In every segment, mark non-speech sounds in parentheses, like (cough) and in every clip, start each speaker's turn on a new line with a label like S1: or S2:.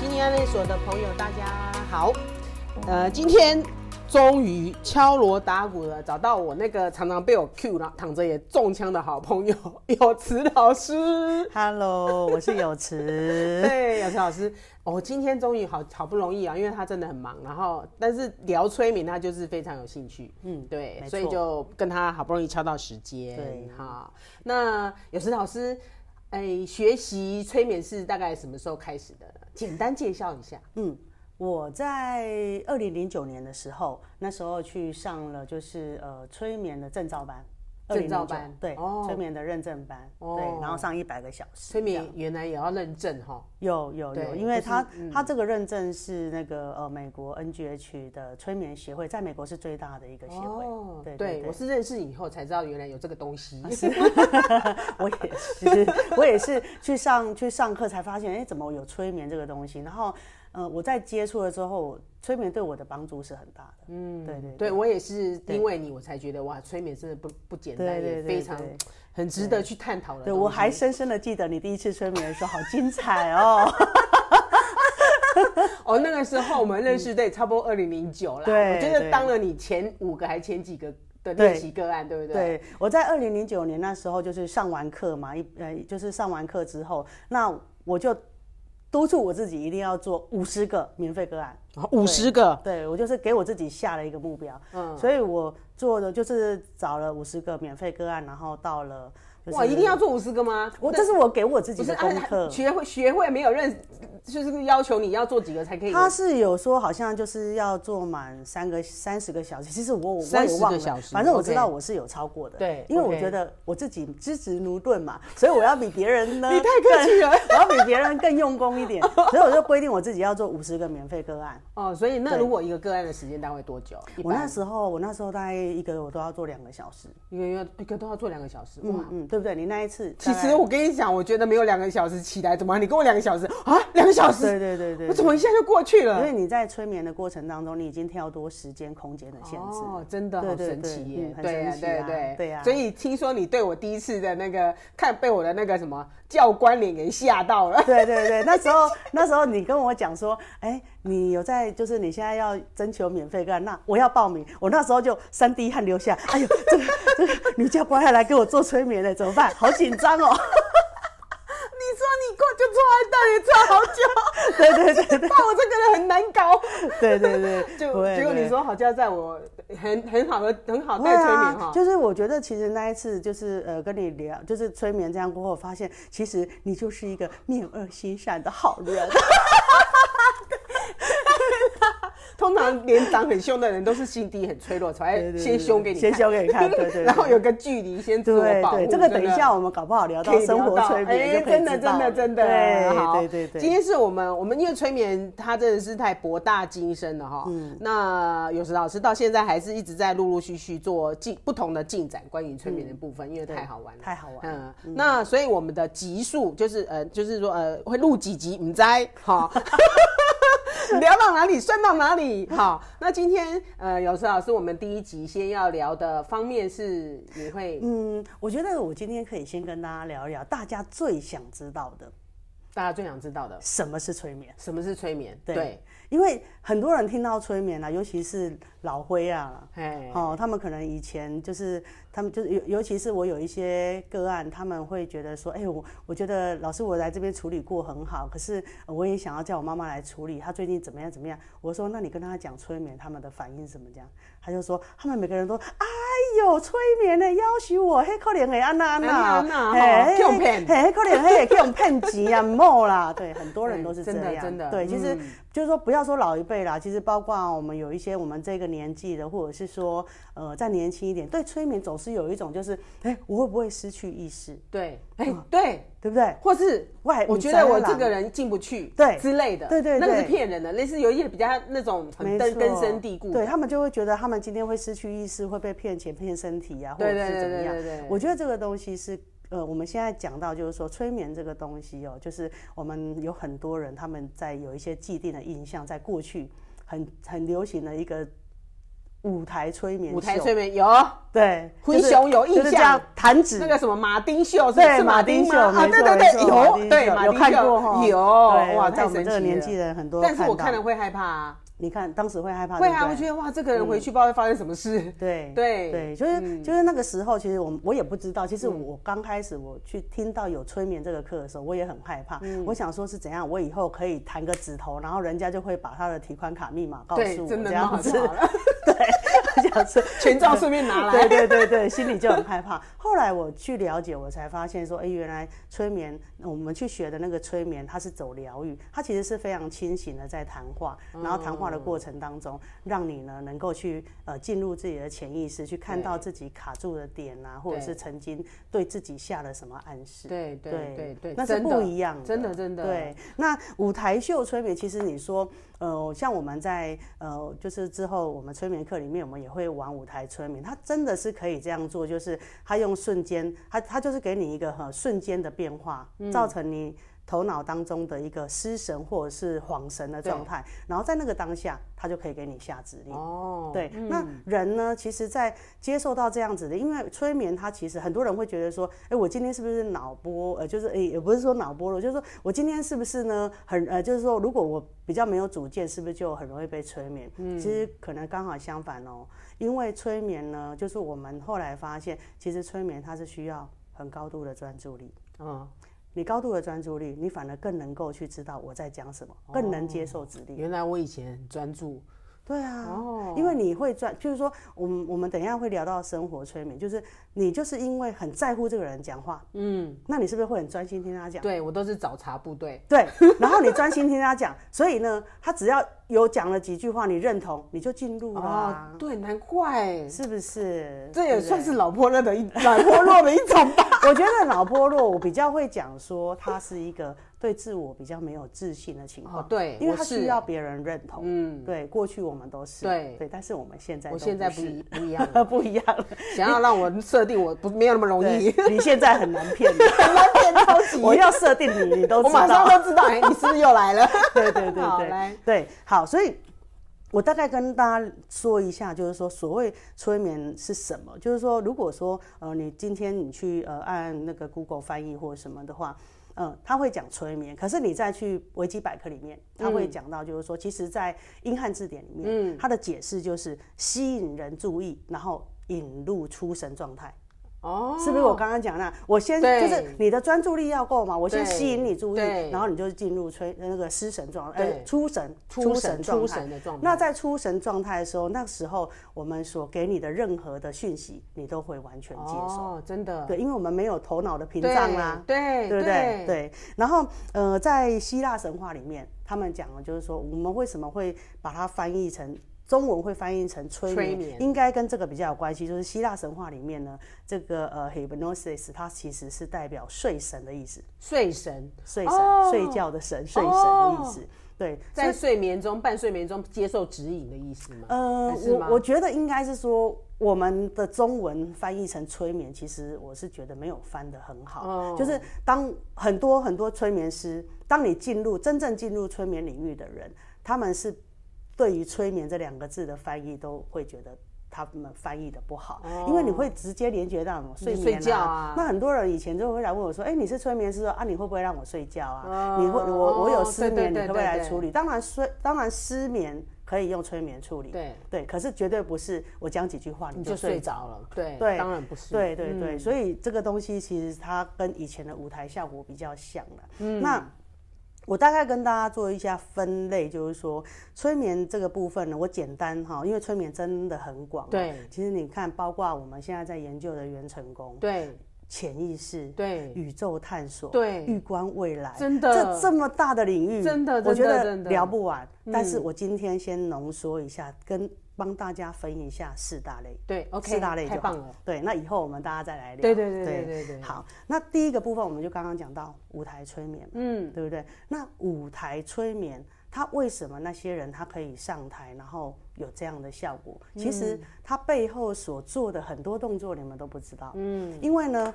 S1: 心安内所的朋友，大家好。呃，今天终于敲锣打鼓的找到我那个常常被我 Q 了，躺着也中枪的好朋友有慈老师。
S2: Hello，我是有池。
S1: 对，有慈老师，我、今天终于好好不容易啊，因为他真的很忙，然后但是聊催眠他就是非常有兴趣，嗯，对，
S2: 没
S1: 所以
S2: 错
S1: 就跟他好不容易敲到时间，
S2: 对
S1: 哈。那有慈老师，哎、学习催眠是大概什么时候开始的？简单介绍一下。
S2: 嗯， (laughs) 我在二零零九年的时候，那时候去上了就是呃催眠的证照班，
S1: 证照班
S2: 2009对，
S1: 哦
S2: 催眠的认证班，
S1: 哦
S2: 对，然后上一百个小时。
S1: 催眠原来也要认证哈，
S2: 有有
S1: 对
S2: 有，因为
S1: 就是嗯
S2: 它它这个认证是那个呃美国 NGH 的催眠协会，在美国是最大的一个协会。
S1: 哦
S2: 对
S1: 对
S2: 对啊对
S1: 我是认识以后才知道原来有这个东西， (laughs)
S2: 我也是，我也是去上去上课才发现，哎、怎么有催眠这个东西？然后，呃，我在接触了之后，催眠对我的帮助是很大的。嗯，对对
S1: 对我也是因为你我才觉得哇，催眠真的不不简单，
S2: 对对
S1: 也
S2: 对
S1: 非常
S2: 对
S1: 很值得去探讨的东西。
S2: 对，我还深深的记得你第一次催眠的时候，好精彩哦！
S1: 哦那个时候我们认识对，差不多二零零九啦，
S2: 对
S1: 我觉得
S2: 嗯对
S1: 当了你前五个还前几个的
S2: 对
S1: 练习个案，对不 (laughs) 对？
S2: 对，我在二零零九年那时候就是上完课嘛，一呃，就是上完课之后，那我就督促我自己一定要做五十个免费个案。
S1: 哦五十个，
S2: 对我就是给我自己下了一个目标，
S1: 嗯
S2: 嗯，所以我做的就是找了五十个免费个案，然后到了、就是、
S1: 哇，一定要做五十个吗？
S2: 我这是我给我自己
S1: 不是
S2: 的
S1: 啊
S2: 功课。
S1: 学会学会没有认，就是要求你要做几个才可以。
S2: 他是有说好像就是要做满三个三十个小时，其实我我我
S1: 30
S2: 也
S1: 个
S2: 忘
S1: 小
S2: 了，
S1: 时
S2: 反正我
S1: OK
S2: 知道我是有超过的。
S1: 对
S2: 因为我
S1: OK
S2: 觉得我自己知之驽钝嘛，所以我要比别人
S1: (laughs)
S2: 呢
S1: 你太客气了。
S2: 我要比别人更 (laughs) 用功一点，所以我就规定我自己要做五十个免费个案。
S1: 哦，所以那如果一个个案的时间单位多久？一
S2: 我
S1: 般
S2: 那时候我那时候大概一个我都要做两个小时，
S1: 一个月一个都要做两个小时，哇！
S2: 嗯嗯，对不对？你那一次
S1: 其
S2: 大概
S1: 实我跟你讲，我觉得没有两个小时起来，怎么你跟我两个小时
S2: (laughs)
S1: 啊？两个小时，
S2: 对对对对
S1: 我怎么一下就过去
S2: 因
S1: 了？
S2: 为你在催眠的过程当中，你已经跳多时间、空间的限制。
S1: 哦，真的
S2: 对
S1: 好
S2: 对
S1: 神
S2: 对
S1: 奇耶
S2: 嗯！很
S1: 对
S2: 神
S1: 呀，
S2: 奇
S1: 对
S2: 啊
S1: 对
S2: 对啊
S1: 所以听说你对我第一次的那个看被我的那个什么教官脸给吓到
S2: (laughs)
S1: 了，
S2: 对对对，那时候那时候你跟我讲说，哎，你有在就是你现在要征求免费个案，那我要报名。我那时候就三滴汗流下， (laughs) 哎呦，这个这个女教官要来给我做催眠了，怎么办？好紧张哦。 (laughs)
S1: 你说你过就坐在那里坐好久，(laughs)
S2: 对 (laughs) 对对对
S1: 怕我这个人很难搞。
S2: 对对对，
S1: 就
S2: 不会
S1: 结果
S2: 不
S1: 你
S2: 会
S1: 说好就要在我很很好的很好
S2: 对
S1: 带催眠
S2: 啊
S1: 哈，，
S2: 就是我觉得其实那一次就是呃跟你聊，就是催眠这样过后，发现其实你就是一个面恶心善的好人。
S1: 通常脸长很凶的人都是心底很脆弱，才会
S2: 对对
S1: 先凶给你看，
S2: 先凶给你看对对对
S1: 然后有个距离先自我
S2: 对
S1: 保护。
S2: 对，这个
S1: 真
S2: 等
S1: 的
S2: 一下我们搞不好聊
S1: 可
S2: 到
S1: 以
S2: 生活
S1: 聊到
S2: 催
S1: 哎
S2: 眠，
S1: 真的真的真的，好
S2: 对对对
S1: 今
S2: 对。
S1: 天是我们我们因为催眠它真的是太博大精深了哈，
S2: 嗯
S1: 那有时老师到现在还是一直在陆陆续续做进不同的进展关于催眠的部分，因为太好玩了，
S2: 嗯太好玩
S1: 嗯，那所以我们的集数就是呃，就是说呃，会录几集，唔知哈。 (laughs) 聊到哪里算到哪里，好。那今天呃，有时老师，我们第一集先要聊的方面是你会
S2: 嗯，我觉得我今天可以先跟大家聊一聊大家最想知道的
S1: 大家最想知道的，
S2: 什么是催眠。
S1: 什么是催眠？
S2: 对
S1: 对，
S2: 因为很多人听到催眠啊，尤其是老灰啊，
S1: 哎，
S2: 哦，他们可能以前就是他们就是尤尤其是我有一些个案，他们会觉得说，哎、我我觉得老师我来这边处理过很好，可是呃我也想要叫我妈妈来处理，她最近怎么样怎么样。我说那你跟她讲催眠，他们的反应是怎么样？他就说他们每个人都哎呦催眠呢，要求我嘿可怜嘿啊安娜安
S1: 安娜安娜吼
S2: 娜，
S1: 叫骗
S2: 嘿哎可怜嘿给我们骗急啊
S1: (laughs)
S2: 莫啦，对，很多人都是这
S1: 嗯真的
S2: 样，
S1: 真的
S2: 对，其实。
S1: 嗯
S2: 就是说，不要说老一辈啦，其实包括我们有一些我们这个年纪的，或者是说，呃，再年轻一点，对催眠总是有一种就是，哎、我会不会失去意识，
S1: 对，哎、对，
S2: 对不对？
S1: 或是
S2: 我还
S1: 我
S2: 你
S1: 觉
S2: 知
S1: 得
S2: 道
S1: 我
S2: 啦
S1: 这个人进不去，
S2: 对
S1: 之类的，
S2: 对对
S1: 那个
S2: 对
S1: 是骗人的，类似有一些比较那种很
S2: 没
S1: 根
S2: 错
S1: 根深蒂固的，
S2: 对他们就会觉得他们今天会失去意识，会被骗钱、骗身体呀、啊，或
S1: 对
S2: 者
S1: 对
S2: 是
S1: 对
S2: 怎么
S1: 对
S2: 样
S1: 对。对，
S2: 我觉得这个东西是。呃，我们现在讲到就是说，催眠这个东西哦，就是我们有很多人他们在有一些既定的印象，在过去很很流行的一个舞台催眠秀，
S1: 舞台催眠有，
S2: 对，
S1: 灰熊有印
S2: 就是这样
S1: 象，
S2: 弹指
S1: 那个什么马丁秀是
S2: 对
S1: 是
S2: 马
S1: 丁
S2: 丁
S1: 吗
S2: 秀
S1: 啊，
S2: 没
S1: 对
S2: 错
S1: 对对，
S2: 没错马
S1: 有
S2: 丁
S1: 对
S2: 秀
S1: 马
S2: 有
S1: 丁
S2: 看
S1: 秀
S2: 过哈
S1: 有
S2: 对
S1: 哇，
S2: 我
S1: 太
S2: 在我
S1: 神
S2: 们这个
S1: 奇
S2: 年
S1: 了
S2: 纪的很多
S1: 但是
S2: 看
S1: 我看
S2: 到
S1: 了会害怕啊，
S2: 你看当时会害怕，
S1: 会
S2: 对不
S1: 啊，
S2: 对嗯
S1: 我觉得哇，这个人回去不知道会发生什么事，
S2: 对
S1: 对嗯
S2: 对，就是、就是那个时候，其实我我也不知道。其实我刚开始我去听到有催眠这个课的时候，我也很害怕。
S1: 嗯
S2: 我想说是怎样，我以后可以弹个指头，然后人家就会把他的提款卡密码告
S1: 对
S2: 诉我，
S1: 真的
S2: 这
S1: 吗
S2: 样子。 (laughs)
S1: 好了
S2: 对，这样子。
S1: 全照顺便拿
S2: 对 (laughs)
S1: 来，
S2: 对对对，心里就很害怕。 (laughs) 后来我去了解，我才发现说，哎，原来催眠，我们去学的那个催眠，它是走疗愈，它其实是非常清醒的在谈话，
S1: 嗯
S2: 然后谈话的过程当中，让你呢能够去呃进入自己的潜意识，去看到自己卡住的点啊，或者是曾经对自己下了什么暗示。
S1: 对对对对，
S2: 那是
S1: 真的
S2: 不一样的，
S1: 真的真的，
S2: 对，那舞台秀催眠，其实你说，呃，像我们在呃，就是之后我们催眠课里面，我们也会玩舞台催眠，它真的是可以这样做，就是它用瞬间，它它就是给你一个很瞬间的变化，
S1: 嗯
S2: 造成你。头脑当中的一个失神或者是恍神的状态，然后在那个当下，它就可以给你下指令。
S1: 哦，
S2: 对，那人呢，其实，在接受到这样子的，因为催眠，它其实很多人会觉得说，哎，我今天是不是脑波？呃，就是，哎，也不是说脑波了，就是说我今天是不是呢，很呃，就是说，如果我比较没有主见，是不是就很容易被催眠？其实可能刚好相反哦，因为催眠呢，就是我们后来发现，其实催眠它是需要很高度的专注力。
S1: 嗯，
S2: 你高度的专注力，你反而更能够去知道我在讲什么，更能接受指令。
S1: 原来我以前很专注，
S2: 对啊，
S1: 哦
S2: 因为你会专，就是说，我们我们等一下会聊到生活催眠，就是你就是因为很在乎这个人讲话，
S1: 嗯，
S2: 那你是不是会很专心听他讲？
S1: 对我都是找茬部队，
S2: 对，然后你专心听他讲，所以呢，他只要有讲了几句话，你认同，你就进入了啊、
S1: 哦，对，难怪，
S2: 是不是？
S1: 这也
S2: 对不对
S1: 算是老婆热的一老婆弱的一种吧。
S2: 我觉得脑波弱，我比较会讲说，他是一个对自我比较没有自信的情况。
S1: 哦对
S2: 因为
S1: 我
S2: 他
S1: 是
S2: 需要别人认同。
S1: 嗯，
S2: 对，过去我们都是
S1: 对
S2: 对，但是我们现在
S1: 我
S2: 都
S1: 现在
S2: 不
S1: 不
S2: 是
S1: 一不一样了，
S2: (laughs) 不一样了。
S1: 想要让我设定我不没有那么容易
S2: 对，你 (laughs) 现在很难
S1: (laughs)
S2: 骗的。
S1: 很难变超级。
S2: (laughs) 我要设定你，你都
S1: 我
S2: 知
S1: 马上
S2: 道。
S1: 都知道，哎，你是不是又来了？
S2: (laughs) 对对对
S1: 好
S2: 对
S1: 来，
S2: 对，好，所以。我大概跟大家说一下，就是说所谓催眠是什么？就是说，如果说呃，你今天你去呃按那个 Google 翻译或什么的话，嗯、他会讲催眠，可是你再去维基百科里面，他会讲到就是说，其实，在英汉字典里面，嗯，它的解释就是吸引人注意，然后引入出神状态。
S1: 哦
S2: (laughs) 是不是我刚刚讲那？我先
S1: 对
S2: 就是你的专注力要够嘛，我先
S1: 对
S2: 吸引你注意
S1: 对，
S2: 然后你就进入催那个失神状态，
S1: 对
S2: 呃，出神
S1: 出神
S2: 神状
S1: 出
S2: 态。
S1: 神的状态？
S2: 那在出神状态的时候，那时候我们所给你的任何的讯息，你都会完全接受。
S1: 哦，真的，
S2: 对，因为我们没有头脑的屏
S1: 对
S2: 障啦、
S1: 对
S2: 对不对？对。然后呃，在希腊神话里面，他们讲的就是说，我们为什么会把它翻译成中文会翻译成催眠，
S1: 催眠
S2: 应该跟这个比较有关系。就是希腊神话里面呢，这个呃 hypnosis 它其实是代表睡神的意思，
S1: 睡神
S2: 睡神、
S1: 哦
S2: 睡觉的神，睡神的意思。对，
S1: 在睡眠中、半睡眠中接受指引的意思吗？
S2: 呃，
S1: 还是吗
S2: 我我觉得应该是说，我们的中文翻译成催眠，其实我是觉得没有翻得很好。
S1: 哦
S2: 就是当很多很多催眠师，当你进入真正进入催眠领域的人，他们是对于催眠这两个字的翻译都会觉得。他们翻译的不好，因为你会直接连接到什么睡
S1: 你
S2: 眠、啊、
S1: 哦睡觉啊
S2: 那很多人以前就会来问我说：“哎、你是催眠师哦啊？你会不会让我睡觉啊？
S1: 哦
S2: 你会我我有
S1: 哦
S2: 失
S1: 对对
S2: 眠，你
S1: 对
S2: 可不可
S1: 对
S2: 以来
S1: 对
S2: 处理？”当然睡，当然失眠可以用催眠处理。
S1: 对，
S2: 对，可是绝对不是我讲几句话你
S1: 你
S2: 就
S1: 就睡
S2: 睡着。
S1: 着了。对，
S2: 对
S1: 当然不是。嗯
S2: 对对对，所以这个东西其实它跟以前的舞台效果比较像了。
S1: 嗯
S2: 那我大概跟大家做一下分类，就是说催眠这个部分呢，我简单哈，因为催眠真的很广。，啊
S1: 对
S2: 其实你看，包括我们现在在研究的元成功、
S1: 对
S2: 潜意识、
S1: 对
S2: 宇宙探索、
S1: 对，
S2: 预观未来，
S1: 真
S2: 这
S1: 的
S2: 这么大的领域，
S1: 真的
S2: 我觉
S1: 真的
S2: 得
S1: 真的嗯
S2: 聊不完。但是我今天先浓缩一下，跟帮大家分一下四大类。
S1: 对，OK，
S2: 四大类就
S1: 太
S2: 好
S1: 棒了。
S2: 对，那以后我们大家再来聊。
S1: 对对对对对对。
S2: 好，那第一个部分我们就刚刚讲到舞台催眠，
S1: 嗯，
S2: 对不对？那舞台催眠，它为什么那些人他可以上台，然后有这样的效果？其
S1: 嗯
S2: 实他背后所做的很多动作你们都不知道，嗯，因为呢。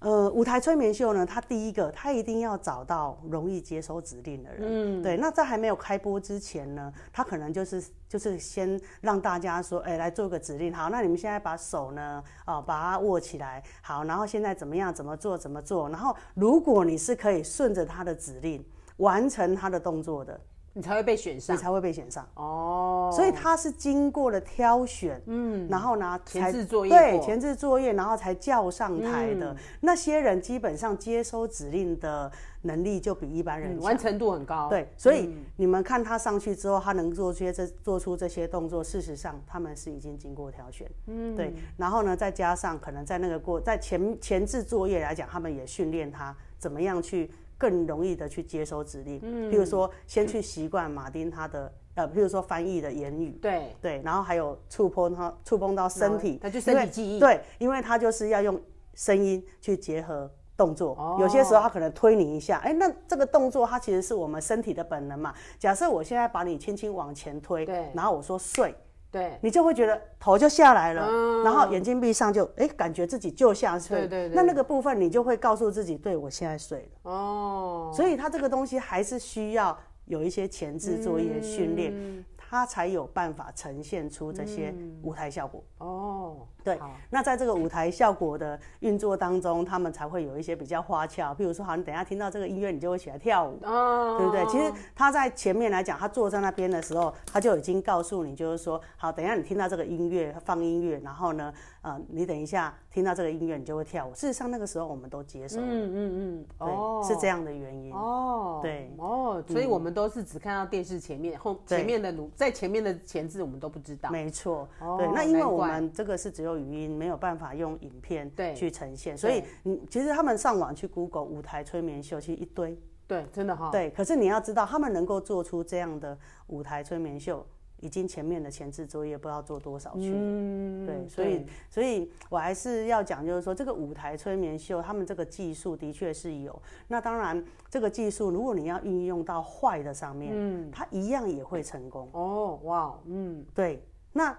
S2: 呃，舞台催眠秀呢，它第一个，它一定要找到容易接收指令的人。嗯，对。那在还没有开播之前呢，他可能就是就是先让大家说，哎、来做个指令。好，那你们现在把手呢，啊、把它握起来。好，然后现在怎么样？怎么做？怎么做？然后，如果你是可以顺着他的指令完成他的动作的，
S1: 你才会被选
S2: 你
S1: 上
S2: 才会被选上。
S1: 哦。
S2: 所以他是经过了挑选，嗯，然后呢，
S1: 前
S2: 才
S1: 置作业
S2: 对，
S1: 过嗯
S2: 前置作业，然后才叫上台的、那些人，基本上接收指令的能力就比一般人
S1: 嗯
S2: 强。
S1: 完嗯成度很高，
S2: 对，所以你们看他上去之后，他能做些这做出这些动作，事实上他们是已经经过挑选，嗯，对。然后呢，再加上可能在那个过在前前置作业来讲，他们也训练他怎么样去更容易的去接收指令，嗯，譬如说先去习惯马丁他的呃，譬如说翻译的言语。
S1: 对，
S2: 对，然后还有触碰它，触碰到身体，
S1: 他就
S2: 因
S1: 身
S2: 为
S1: 体记忆，
S2: 对，因为他就是要用声音去结合动作。
S1: 哦
S2: 有些时候他可能推你一下，哎，那这个动作它其实是我们身体的本能嘛。假设我现在把你轻轻往前推，
S1: 对，
S2: 然后我说睡，
S1: 对
S2: 你就会觉得头就下来了，
S1: 嗯
S2: 然后眼睛闭上就哎，感觉自己就像睡。
S1: 对对对
S2: 那那个部分你就会告诉自己，对我现在睡了。
S1: 哦，
S2: 所以他这个东西还是需要有一些前置作
S1: 嗯
S2: 业训练，他才有办法呈现出这些舞台效果。
S1: 哦，
S2: 对
S1: 嗯好，
S2: 那在这个舞台效果的运作当中，他们才会有一些比较花俏，譬如说，好，你等一下听到这个音乐，你就会起来跳舞。
S1: 哦，
S2: 对不对？其实他在前面来讲，他坐在那边的时候，他就已经告诉你，就是说，好，等一下你听到这个音乐，放音乐，然后呢，呃，你等一下听到这个音乐，你就会跳舞。事实上，那个时候我们都接
S1: 嗯
S2: 受，
S1: 嗯嗯，
S2: 对，
S1: 哦，
S2: 是这样的原因。
S1: 哦，
S2: 对，
S1: 哦，所以我们都是只看到电视前面，后
S2: 对
S1: 前面的努在前面的前置我们都不知道。
S2: 没错，
S1: 哦
S2: 对，那因为
S1: 难
S2: 我
S1: 怪
S2: 们这个是只有语音，没有办法用影片
S1: 对
S2: 去呈现，所以你其实他们上网去 Google 舞台催眠秀，其实一堆，
S1: 对，真的哈、
S2: 对。可是你要知道，他们能够做出这样的舞台催眠秀，已经前面的前置作业不知道做多少去了。
S1: 嗯，
S2: 对，所以所以我还是要讲，就是说这个舞台催眠秀，他们这个技术的确是有。那当然，这个技术如果你要运用到坏的上面，嗯，它一样也会成功。
S1: 哦，哇，嗯，
S2: 对，那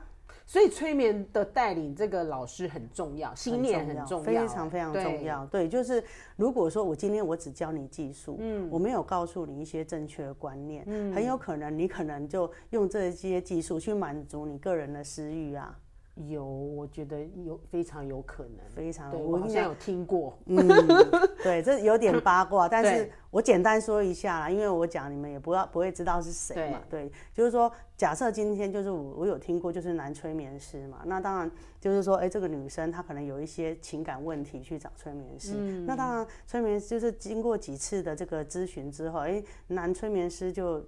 S1: 所以催眠的带领这个老师很重要，心念很重要，
S2: 非常非常
S1: 对
S2: 重。要。对，就是如果说我今天我只教你技术，嗯，我没有告诉你一些正确的观念，嗯，很有可能你可能就用这些技术去满足你个人的私欲啊，
S1: 有，我觉得有非常有可能。
S2: 非常
S1: 对，
S2: 我
S1: 我
S2: 跟
S1: 好
S2: 你
S1: 像有听过。 (laughs)
S2: 对，这有点八卦，但是
S1: 对
S2: 我简单说一下啦，因为我讲你们也不要不会知道是谁嘛。对，就是说，假设今天就是我我有听过就是男催眠师嘛，那当然就是说，哎、这个女生她可能有一些情感问题去找催眠师，
S1: 嗯
S2: 那当然催眠师就是经过几次的这个咨询之后，哎、男催眠师就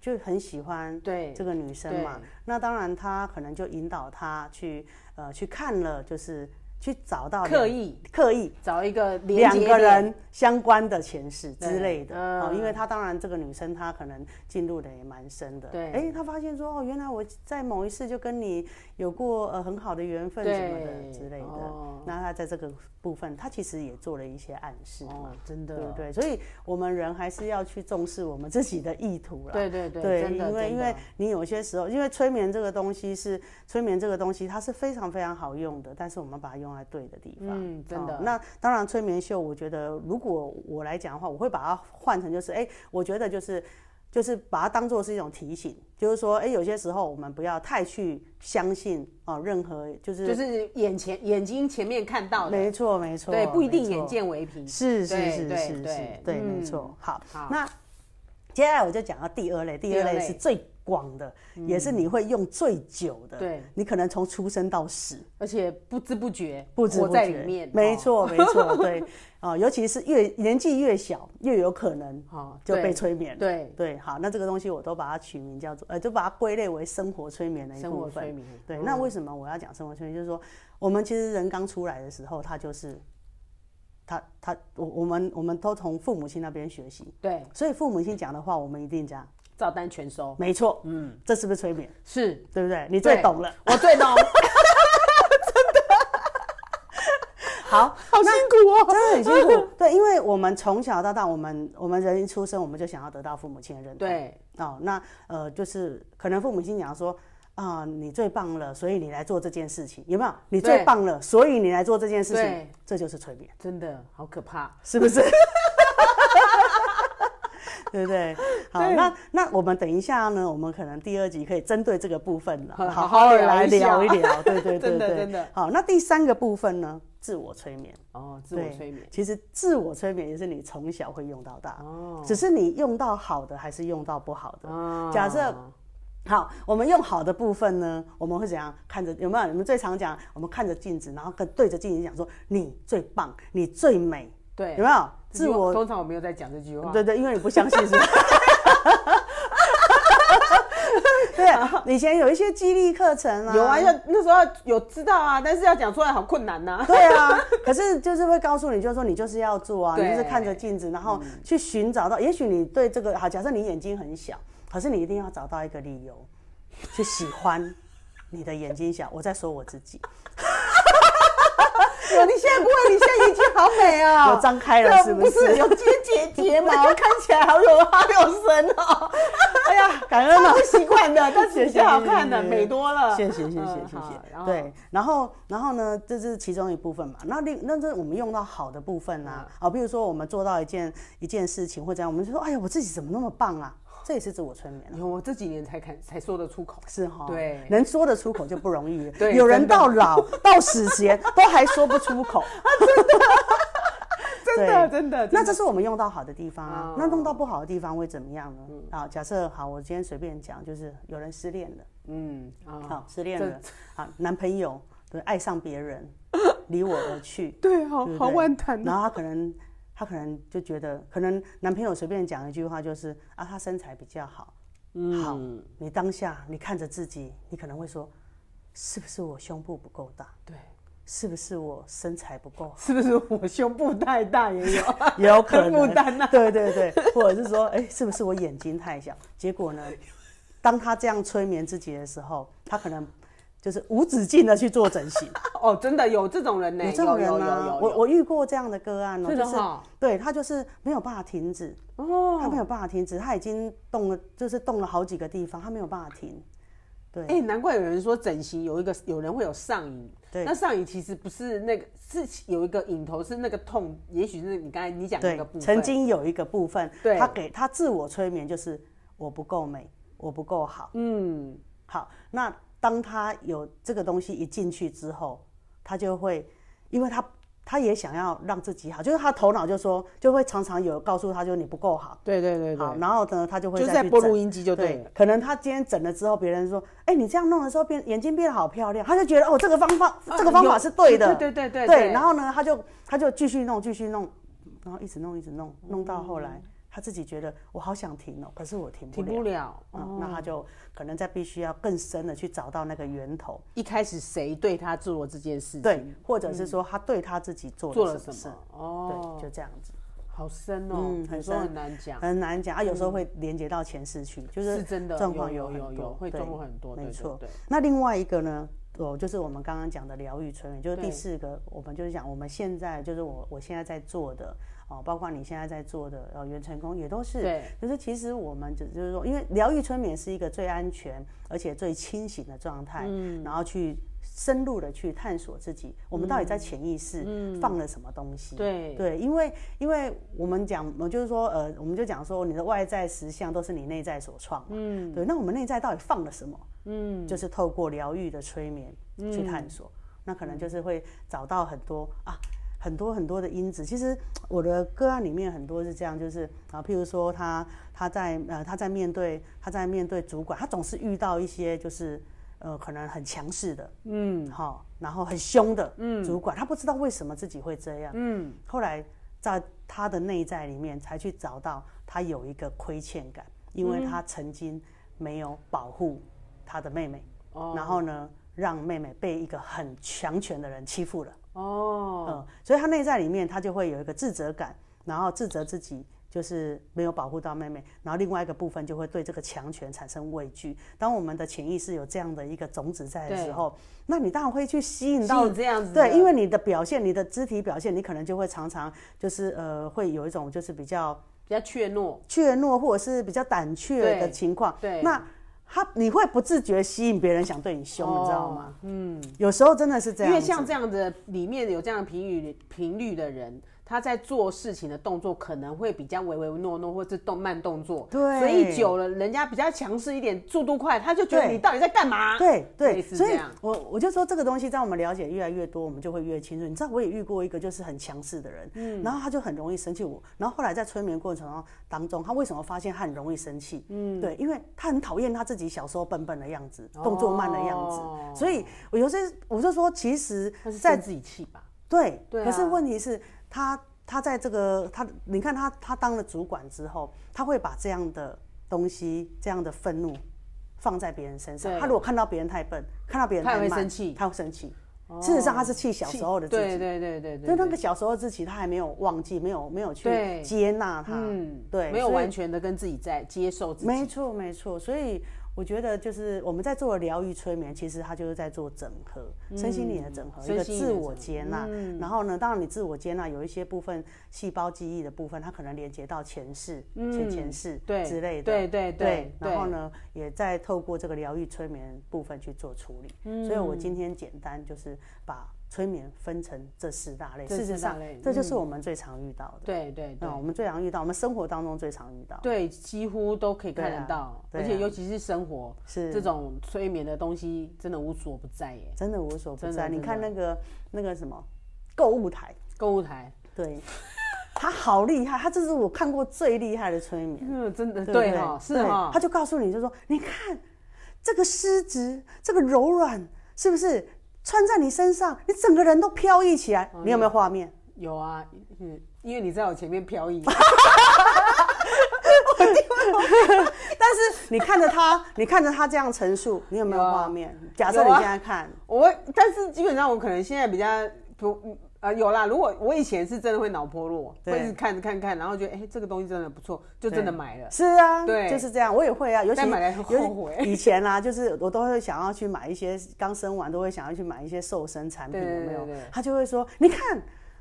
S2: 就很喜欢
S1: 对，
S2: 这个女生嘛，那当然他可能就引导她去呃去看了，就是去找到
S1: 刻
S2: 两
S1: 意
S2: 刻意。
S1: 找一个连
S2: 两
S1: 接
S2: 个
S1: 点
S2: 人相关的前世之
S1: 对
S2: 类的，
S1: 嗯
S2: 哦，因为她当然这个女生她可能进入的也蛮深的，
S1: 对
S2: 哎，她发现说哦，原来我在某一世就跟你有过呃很好的缘分什么的
S1: 对
S2: 之类的，
S1: 哦
S2: 那她在这个部分，她其实也做了一些暗示嘛，
S1: 哦，真
S2: 对不
S1: 的，
S2: 对？所以我们人还是要去重视我们自己的意图啦，
S1: 对对对真的
S2: 因为
S1: 真
S2: 因
S1: 的
S2: 为你有些时候，因为催眠这个东西是催眠这个东西，它是非常非常好用的，但是我们把它用在对的地方。
S1: 嗯真的
S2: 哦那当然，催眠秀，我觉得如果我来讲的话，我会把它换成就是，哎，我觉得就是。就是把它当做是一种提醒，就是说，哎、有些时候我们不要太去相信哦，任何就是
S1: 就是眼前眼睛前面看到的，
S2: 没错没错，
S1: 对，不一定
S2: 没错
S1: 眼见为凭。
S2: 是是
S1: 对
S2: 是
S1: 对
S2: 是是
S1: 对，
S2: 对，没
S1: 嗯
S2: 错。好，
S1: 好
S2: 那接下来我就讲到第二类，第
S1: 第
S2: 二
S1: 二
S2: 类
S1: 类嗯
S2: 是最广的，也是你会用最久的。
S1: 对，
S2: 你可能从出生到死。
S1: 而且不知不觉
S2: 不知
S1: 活
S2: 不
S1: 在
S2: 觉
S1: 里面，
S2: 没
S1: 哦。
S2: 错，没
S1: (laughs)
S2: 错，对，啊，尤其是越年纪越小，越有可能
S1: 好，
S2: 就
S1: 对
S2: 被催眠了。
S1: 对
S2: 对，好，那这个东西我都把它取名叫做，呃，就把它归类为生活催眠的一
S1: 生
S2: 部
S1: 活
S2: 分
S1: 催。眠，嗯
S2: 对，那为什么我要讲生活圈？就是说，我们其实人刚出来的时候，他就是他他我我们我们都从父母亲那边学习，
S1: 对，
S2: 所以父母亲讲的话，我们一定讲，
S1: 照单全收
S2: 没错，嗯，这是不是催眠？
S1: 是
S2: 对不对？你最
S1: 对
S2: 懂了。
S1: 我 (laughs) 最懂，
S2: 好，
S1: 好辛苦哦。
S2: (laughs) 真的很辛苦。对，因为我们从小到大，我们我们人一出生，我们就想要得到父母亲的认
S1: (laughs)
S2: 同。
S1: 对，
S2: 哦，那呃，就是可能父母亲讲说，啊、你最棒了，所以你来做这件事情，有没有？你最棒了，所以你来做这件事情
S1: 对，
S2: 这就是催眠，
S1: 真的好可怕。
S2: 是
S1: (laughs)
S2: 不是？对不对？好，
S1: 对
S2: 那那我们等一下呢，我们可能第二集可以针对这个部分呢，
S1: 好
S2: 好
S1: 好
S2: 好
S1: 好
S2: 的
S1: 聊
S2: 来
S1: 一下
S2: 聊一
S1: (laughs)
S2: 聊。对对对对，
S1: 真的真的。
S2: 好，那第三个部分呢，自我催眠。
S1: 哦，自我
S2: 对，
S1: 催眠。
S2: 其实自我催眠也是你从小会用到大，
S1: 哦，
S2: 只是你用到好的还是用到不好的。
S1: 哦
S2: 假设好，我们用好的部分呢，我们会怎样看着？有没有？你们最常讲，我们看着镜子，然后跟对着镜子讲说：“你最棒，你最美。”
S1: 对
S2: 有没有？
S1: 这
S2: 自
S1: 句话
S2: 我
S1: 通常我没有在讲这句话。
S2: 对对，因为你不相信
S1: (laughs)
S2: 是吧？对，以前有一些激励课程啊，
S1: 有啊，要那时候要有知道啊，但是要讲出来好困难呐、
S2: 对啊，可是就是会告诉你，就是说你就是要做啊，你
S1: 对嗯
S2: 就是看着镜子，然后去寻找到，也许你对这个好，假设你眼睛很小，可是你一定要找到一个理由去喜欢你的眼睛小。我在说我自己，
S1: 有， (laughs) 你现在不会，你现在眼睛好美啊、
S2: 有张开了
S1: 这
S2: 是不
S1: 不
S2: 是
S1: 有接睫
S2: (laughs)
S1: 睫毛，看起来好有好有神哦、
S2: 哎呀，感恩了
S1: 不。习惯的，但是
S2: 谢
S1: 比
S2: 谢
S1: 较好看的，
S2: 谢谢
S1: 美多了。
S2: 谢谢谢谢
S1: 嗯
S2: 谢
S1: 好
S2: 谢，
S1: 然后
S2: 对，然后然后呢，这是其中一部分嘛。那另那这我们用到好的部分
S1: 嗯
S2: 啊，啊，比如说我们做到一件一件事情或者我们就说，哎呀，我自己怎么那么棒啊？这也是自我催眠啊。
S1: 你看我这几年才看才说得出口。
S2: 是哈，
S1: 对
S2: 能说得出口就不容易了。
S1: 对
S2: 有人
S1: 真的啊
S2: 到老到死前都还说不出口，
S1: 真的
S2: 对
S1: 真的，
S2: 那这是我们用到好的地方啊
S1: 哦。嗯
S2: 那弄到不好的地方会怎么样呢？啊，假设好，我今天随便讲，就是有人失恋了，
S1: 嗯啊，
S2: 好，失恋了，好，男朋友对爱上
S1: (laughs)
S2: 别人，离我而去，
S1: 对，好
S2: 对不
S1: 好
S2: 对
S1: 万谈啊
S2: 然后他可能。他可能就觉得，可能男朋友随便讲一句话就是啊，他身材比较好，
S1: 嗯
S2: 好，你当下你看着自己，你可能会说，是不是我胸部不够大？
S1: 对，
S2: 是不是我身材不
S1: (laughs)
S2: 够
S1: 是不是我胸部太大也有？ (laughs)
S2: 好？有可能
S1: 负担啊
S2: 对对对，或者是说，哎、是不是我眼睛太小？结果呢，当他这样催眠自己的时候，他可能就是无止境的去做整形。
S1: 哦，真的有这种人呢，
S2: 有这种
S1: 哎
S2: 人
S1: 有有有
S2: 吗？
S1: 有，
S2: 我我遇过这样的个案哦、
S1: 是的
S2: 就是
S1: 哈
S2: 对他就是没有办法停止，
S1: 哦，
S2: 他没有办法停止，他已经动了，就是动了好几个地方，他没有办法停。对，
S1: 哎、难怪有人说整形有一个有人会有上瘾，
S2: 对
S1: 那上瘾其实不是那个，是有一个瘾头是那个痛，也许是你刚才你讲的那
S2: 对
S1: 个部，分，
S2: 曾经有一个部分，
S1: 对
S2: 他给他自我催眠就是我不够美，我不够好。
S1: 嗯，
S2: 好，那当他有这个东西一进去之后，他就会，因为他他也想要让自己好，就是他头脑就说，就会常常有告诉他，就是你不够好。
S1: 对对对对
S2: 好，，然后呢，他就会
S1: 就是
S2: 再
S1: 在
S2: 去
S1: 播
S2: 整
S1: 录音机就对了。
S2: 可能他今天整了之后，别人说：“哎、你这样弄的时候变眼睛变得好漂亮。”他就觉得哦，这个方法、
S1: 啊
S2: 这个方法
S1: 有
S2: 是对的，
S1: 对对对对对
S2: 然后呢，他就他就继续弄，继续弄，然后一直弄，一直弄，
S1: 嗯
S2: 弄到后来、他自己觉得我好想停哦，可是我停不
S1: 停
S2: 了。
S1: 不了，哦
S2: 嗯，那他就可能在必须要更深的去找到那个源头，
S1: 一开始谁对他做了这件事情，
S2: 对，或者是说他对他自己做
S1: 做了
S2: 什
S1: 什
S2: 么事，
S1: 么？哦
S2: 对，，就这样子，
S1: 好深哦，
S2: 嗯
S1: 很
S2: 很
S1: 多
S2: 深
S1: 很难讲，
S2: 很难讲啊。有时
S1: 嗯
S2: 候会连接到前世去，就是
S1: 真的
S2: 状况
S1: 有
S2: 很
S1: 有
S2: 多
S1: 有会
S2: 对
S1: 状况很多，对
S2: 没
S1: 对
S2: 错
S1: 对，
S2: 那另外一个呢，哦，就是我们刚刚讲的疗愈催眠，就是第
S1: 对
S2: 四个，我们就是讲我们现在就是我我现在在做的哦，包括你现在在做的呃元成功也都是，
S1: 对，
S2: 就是其实我们只就是说，因为疗愈催眠是一个最安全而且最清醒的状态，嗯，然后去。深入的去探索自己，我们到底在潜意识
S1: 嗯
S2: 放了什么东西？
S1: 对
S2: 对，因为因为我们讲，我就是说，呃，我们就讲说，你的外在实相都是你内在所创嘛。嗯，对。那我们内在到底放了什么？嗯，就是透过疗愈的催眠去探索，那可能就是会找到很多啊。很多很多的因子，其实我的个案里面很多是这样，就是啊，譬如说他他在呃他在面对他在面对主管，他总是遇到一些就是呃可能很强势的，嗯，好，然后很凶的，嗯，主管，他不知道为什么自己会这样，嗯，后来在他的内在里面才去找到他有一个亏欠感，因为他曾经没有保护他的妹妹，
S1: 哦
S2: 然后呢，让妹妹被一个很强权的人欺负了。
S1: 哦，
S2: 嗯，所以他内在里面他就会有一个自责感，然后自责自己就是没有保护到妹妹，然后另外一个部分就会对这个强权产生畏惧。当我们的潜意识有这样的一个种子在的时候，那你当然会去吸引到
S1: 吸引这样子的
S2: 对，因为你的表现，你的肢体表现，你可能就会常常就是呃，会有一种就是比较
S1: 比较怯懦，
S2: 怯懦或者是比较胆怯的
S1: 对
S2: 情况。
S1: 对
S2: 那他你会不自觉吸引别人想对你凶，你知道吗？嗯，有时候真的是这样
S1: 哦因
S2: 子，
S1: 为像这样的里面有这样的频率频率的人，他在做事情的动作可能会比较唯唯诺诺，或是动慢动作。
S2: 对
S1: 所以久了，人家比较强势一点，速度快，他就觉得
S2: 对
S1: 你到底在干嘛？
S2: 对对，
S1: 类似
S2: 所
S1: 这
S2: 以
S1: 样。
S2: 我我就说这个东西，在我们了解越来越多，我们就会越清楚。你知道，我也遇过一个就是很强势的人，
S1: 嗯
S2: 然后他就很容易生气我。然后后来在催眠过程当中，他为什么发现他很容易生气？嗯，对，因为他很讨厌他自己小时候笨笨的样子，动作慢的样子。
S1: 哦
S2: 所以我有些我就说，其实
S1: 他是
S2: 在
S1: 在自己气吧？
S2: 对，
S1: 对
S2: 可是
S1: 啊
S2: 问题是，他他在这个他，你看他他当了主管之后，他会把这样的东西、这样的愤怒放在别人身上。
S1: 对
S2: 他如果看到别人太笨，看到别人
S1: 他也
S2: 太
S1: 会
S2: 慢，
S1: 生气
S2: 他会生气。事实上，他是气小时候的自己。
S1: 对对对对
S2: 就
S1: 对
S2: 那
S1: 对。
S2: 个小时候自己，他还没有忘记，没有没有去
S1: 对
S2: 接纳他，对，
S1: 嗯没有
S2: 所以
S1: 完全的跟自己在接受自己。
S2: 没错，没错。所以我觉得，就是我们在做疗愈催眠，其实它就是在做整合，身心灵的整合，
S1: 嗯身
S2: 一个
S1: 心灵
S2: 自
S1: 的
S2: 我
S1: 整合嗯
S2: 接纳。然后呢，当然你自我接纳有一些部分细胞记忆的部分，它可能连接到前世、前前世
S1: 嗯对
S2: 之类的。
S1: 对对对对
S2: 然后呢，也在透过这个疗愈催眠部分去做处理。
S1: 嗯
S2: 所以我今天简单就是把催眠分成这四大类。
S1: 这
S2: 事实
S1: 四大
S2: 上
S1: 类，嗯
S2: 这就是我们最常遇到的。
S1: 对对对
S2: 嗯，我们最常遇到，我们生活当中最常遇到
S1: 对，几乎都可以看
S2: 对
S1: 得
S2: 啊
S1: 到，
S2: 对
S1: 而且尤其是生活
S2: 是
S1: 这种催眠的东西，真的无所不在耶。
S2: 真的无所不
S1: 真的
S2: 在。你
S1: 真
S2: 看那个那个什么购物台，
S1: 购物台，
S2: 对， (laughs) 他好厉害，他这是我看过最厉害的催眠，
S1: 嗯，真的
S2: 对不
S1: 对哈，是哈，
S2: 他就告诉你，就说你看这个湿质，这个柔软，是不是穿在你身上，你整个人都飘逸起来？你有没有画面？
S1: 哦
S2: (laughs)
S1: 有啊，嗯，因为你在我前面飘逸， (laughs)
S2: 但是你看着他，你看着他这样陈述，你有没有
S1: 有啊
S2: 画面？假设你
S1: 有啊
S2: 现在看，
S1: 我但是基本上我可能现在比较不呃有啦，如果我以前是真的会脑波弱，
S2: 对
S1: 会一直看着看看，然后觉得哎、这个东西真的不错，就真的买了。
S2: 是啊，
S1: 对
S2: 就是这样。我也会啊，尤其
S1: 但买来很
S2: 尤其
S1: 后悔
S2: 以前啊，就是我都会想要去买一些，刚生完都会想要去买一些瘦身产品，
S1: 对
S2: 有没有
S1: 对对？
S2: 他就会说，你看。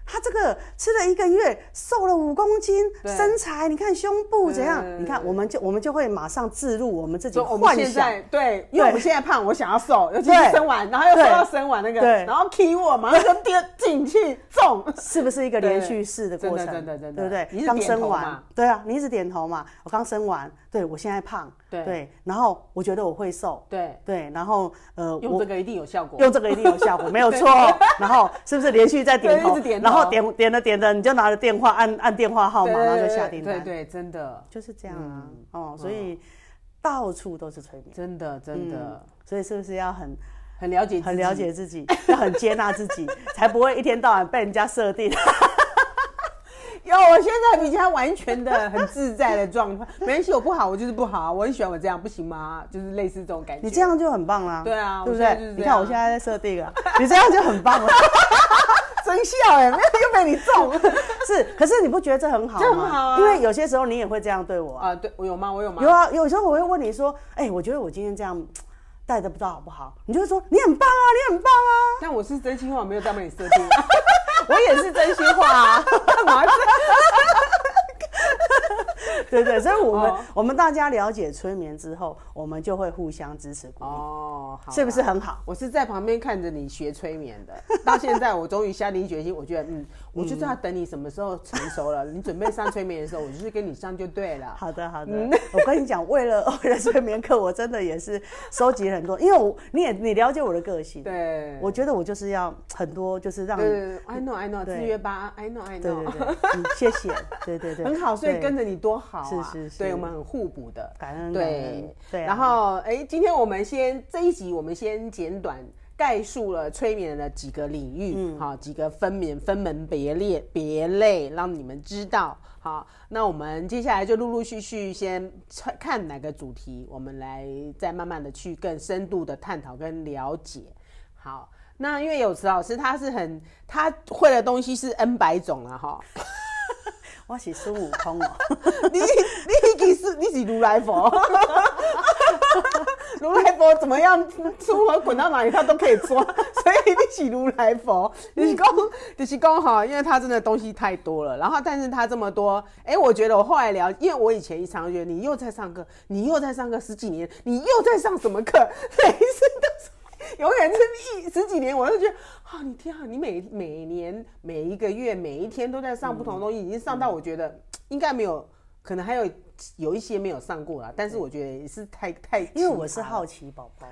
S2: 他这个吃了一个月，瘦了五公斤，
S1: 对
S2: 身材你看胸部怎样
S1: 对对？对
S2: 你看，我们就我们就会马上置入我们自己
S1: 说我们
S2: 幻
S1: 现
S2: 想，
S1: 在对，因为我们现在胖，我想要瘦，尤其是
S2: 对
S1: 生完，然后又说
S2: 对
S1: 到生完那个，
S2: 对
S1: 然后 key 我，马上就丢进去中，
S2: 是不是一个连续式的
S1: 对
S2: 过程？
S1: 真的真的真的
S2: 对不
S1: 你
S2: 对？
S1: 一直
S2: 刚
S1: 点
S2: 生
S1: 头
S2: 完
S1: 嘛，
S2: 对啊，你一直点头嘛。我刚生完，对我现在胖，
S1: 对
S2: 然后我觉得我会瘦，
S1: (laughs) 对，
S2: 对，然后呃，
S1: 用
S2: 我
S1: 这个一定有效果。
S2: 用这个一定有效果，
S1: (laughs)
S2: 没有错。然后是不是连续在点
S1: 对一
S2: 头？
S1: 直点头
S2: 然后点点了点了，你就拿着电话按按电话号
S1: 对
S2: 码，
S1: 对
S2: 然后就
S1: 对
S2: 下订单，
S1: 对对，真的，
S2: 就是这样啊。哦，所以到处都是催眠，嗯
S1: 真的，真的、
S2: 所以是不是要很
S1: 嗯很了解，
S2: 很了。解自己， (laughs) 要很接纳自己，才不会一天到晚被人家设定？
S1: 有，我现在比较完全的、很自在的状态，没关系，我不好，我就是不好，啊我很喜欢我这样，不行吗？就是类似这种感觉。
S2: (laughs) 你这样就很棒啦。
S1: 对啊
S2: 对不
S1: 我现在
S2: 对
S1: 就是？这样
S2: 你看我现在在设定啊，你这样就很
S1: (laughs)
S2: 棒了。
S1: 真笑哎、没有又被你中
S2: (laughs) 是，可是你不觉得这很好吗？
S1: 这很好啊
S2: 因为有些时候你也会这样对我啊。
S1: 啊！对，我有吗？我有吗？
S2: 有啊，有时候我会问你说，哎、我觉得我今天这样带的不知道好不好，你就会说你很棒啊，你很
S1: (laughs)
S2: 棒啊，
S1: 但我是真心话，没有在帮你设定、 (laughs) 啊。
S2: 我也是真心话啊，
S1: 干嘛 (laughs) 这样？
S2: (laughs) 对对，所以我们、
S1: 哦
S2: 我们大家了解催眠之后，我们就会互相支持鼓励，
S1: 哦，好啦
S2: 是不是？很好？
S1: 我是在旁边看着你学催眠的，到现在我终于下定决心，我觉得嗯，我就是要等你什么时候成熟了，你准备上催眠的时候，我就是跟你上就对了。
S2: 好的，好的。
S1: 嗯
S2: 我跟你讲，为了 (laughs) 为了催眠课，我真的也是收集了很多，因为我你也你了解我的个性，
S1: 对，
S2: 我觉得我就是要很多，就是让
S1: 对
S2: 你
S1: 对对，I know I know，
S2: 对
S1: 制约吧，I know I
S2: 对对
S1: know，
S2: 对，嗯谢谢，对对对，
S1: 很好，所以
S2: 对
S1: 跟着你多好啊，
S2: 是是是
S1: 对我们很互补的。
S2: 感恩感
S1: 对
S2: 恩，对啊，
S1: 然后哎，今天我们先这一集我们先简短概述了催眠的几个领域，
S2: 嗯
S1: 好几个分门分门别类别类，让你们知道。好，那我们接下来就陆陆续续先看看哪个主题，我们来再慢慢的去更深度的探讨跟了解。好，那因为有池老师他是很他会的东西是 N 百种了哈，
S2: 我是孙悟空哦。
S1: (laughs) 你你你是你是如来佛，
S2: (laughs)
S1: 如来佛怎么样出和滚到哪里他都可以抓，所以你喜如来佛，
S2: 嗯
S1: 就是讲就是讲哈，因为他真的东西太多了，然后但是他这么多，哎、我觉得我后来聊，因为我以前一常觉得你又在上课，你又在上课十几年，你又在上什么课， (laughs) 每一次都是。永远是一十几年，我就觉得啊，你天啊，你每每年每一个月每一天都在上不
S2: 嗯
S1: 同的东西，已经上到我觉得应该没有，可能还有有一些没有上过啦，但是我觉得也是太太，
S2: 因为我是好奇宝宝，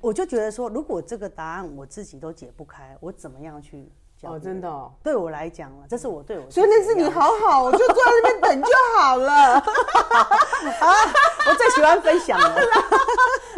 S2: 我就觉得说，如果这个答案我自己都解不开，我怎么样去教？
S1: 哦，真的哦。
S2: 对我来讲啊，这是我对我自己
S1: 所以
S2: 的要
S1: 那
S2: 求，
S1: 次你好好，我就坐在
S2: (laughs)
S1: 那边等就好了。 (laughs)
S2: 我最喜欢分享哦了。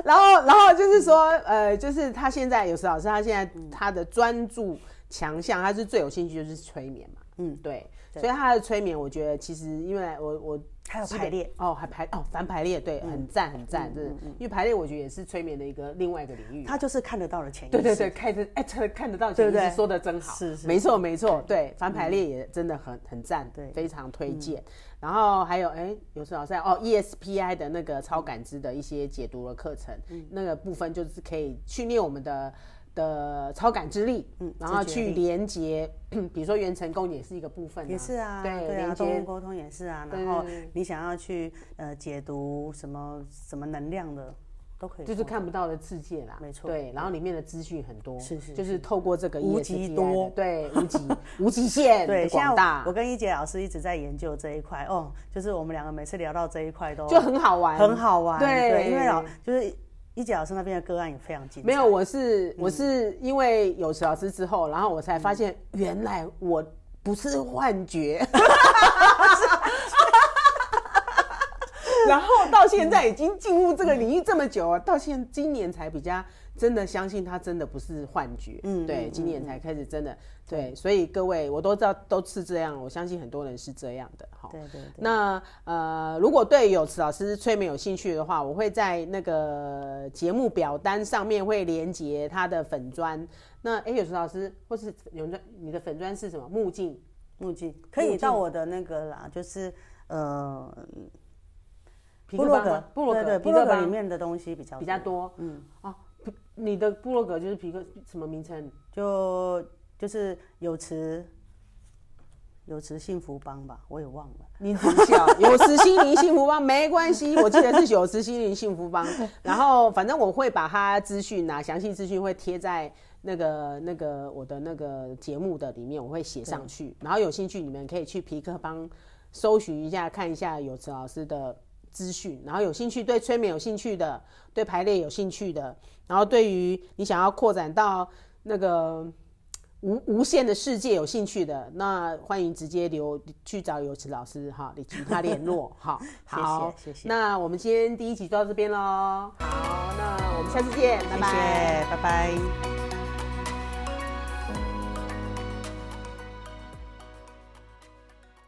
S1: 然后，然后就是说，呃，就是他现在有时老师，他现在他的专注强项，他是最有兴趣就是催眠嘛。嗯，对。所以他的催眠，我觉得其实因为我我
S2: 还有
S1: 基本
S2: 排列嗯
S1: 哦，还排哦反排列，对，很赞很赞，真的。因为排列我觉得也是催眠的一个另外一个领域。
S2: (laughs) 他就是看得到的潜意识。
S1: 对对对，看着哎，看得看得到，
S2: 对不对
S1: 说的真好，
S2: 是是
S1: 没错没错，对，翻排列也真的很很赞，
S2: 对嗯
S1: 非常推荐。然后还有哎，有时候在哦 ESPI 的那个超感知的一些解读的课程，
S2: 嗯
S1: 那个部分就是可以训练我们的。的超感知力，嗯，然后
S2: 直觉
S1: 去连接， (clears throat) 比如说元成功也是一个部分、啊，
S2: 也是啊，
S1: 对，
S2: 对啊，
S1: 连
S2: 动物
S1: 接，
S2: 沟通也是啊，
S1: 对
S2: 然后
S1: 对
S2: 你想要去呃解读什么什么能量的，都可以做，
S1: 就是看不到的世界啦，
S2: 没错
S1: 对，然后里面的资讯很多，
S2: 是是
S1: 就是透过这个 E
S2: 无极
S1: ESPI 的
S2: 多
S1: 对，无极无极限的
S2: (laughs) 对。现在
S1: 广
S2: 我
S1: 大，
S2: 我跟一杰老师一直在研究这一块哦，就是我们两个每次聊到这一块都
S1: 就很好玩，
S2: 很好玩，
S1: 对
S2: 对，因为老就是一杰老师那边的个案也非常精彩，
S1: 没有，我
S2: 嗯
S1: 是我是因为有史老师之后，然后我才发现
S2: 嗯
S1: 原来我不是幻觉，
S2: (laughs)
S1: 然后到现在已经进入这个领域这么久了，到现今年才比较真的相信它真的不是幻觉，
S2: 嗯
S1: 嗯，对，今年才开始真的对，所以各位我都知道都是这样，我相信很多人是这样的，好。
S2: 对对对，
S1: 那呃，如果对有池老师催眠有兴趣的话，我会在那个节目表单上面会连接他的粉砖。那哎，有池老师或是有人你的粉砖是什么？木镜
S2: 木镜可以
S1: 木镜
S2: 到我的那个啦，就是呃
S1: 皮
S2: 部
S1: 克
S2: 落
S1: 邦
S2: 格
S1: 吗，部落
S2: 对
S1: 格，
S2: 对部
S1: 皮
S2: 落
S1: 克
S2: 格里
S1: 邦
S2: 面的东西比较
S1: 比较
S2: 多
S1: 多。嗯，哦，皮你的部落格就是皮克什么名称？
S2: 就就是有池有池幸福帮吧，我也忘了。
S1: 你只笑，有时心灵幸福帮没关系，我记得是有时心灵幸福帮。然后反正我会把它资讯啊，详细资讯会贴在那个那个我的那个节目的里面，我会写上去。然后有兴趣你们可以去皮克帮搜寻一下，看一下有池老师的资讯。然后有兴趣对催眠有兴趣的，对排列有兴趣的，然后对于你想要扩展到那个无无限的世界有兴趣的，那欢迎直接留去找尤池老师哈，你请他联络哈。好，
S2: (laughs) 谢谢谢谢
S1: 那我们今天第一集就到这边喽。好，那我们下次见，
S2: 谢谢，
S1: 拜拜。
S2: 拜拜